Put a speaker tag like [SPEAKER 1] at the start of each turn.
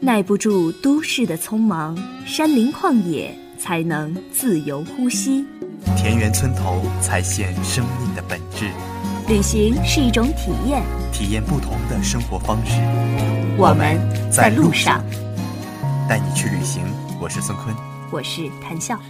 [SPEAKER 1] 耐不住都市的匆忙，山林旷野才能自由呼吸。
[SPEAKER 2] 田园村头才现生命的本质。
[SPEAKER 1] 旅行是一种体验，
[SPEAKER 2] 体验不同的生活方式。
[SPEAKER 1] 我们在路上。
[SPEAKER 2] 带你去旅行，我是孙坤。
[SPEAKER 1] 我是谭笑。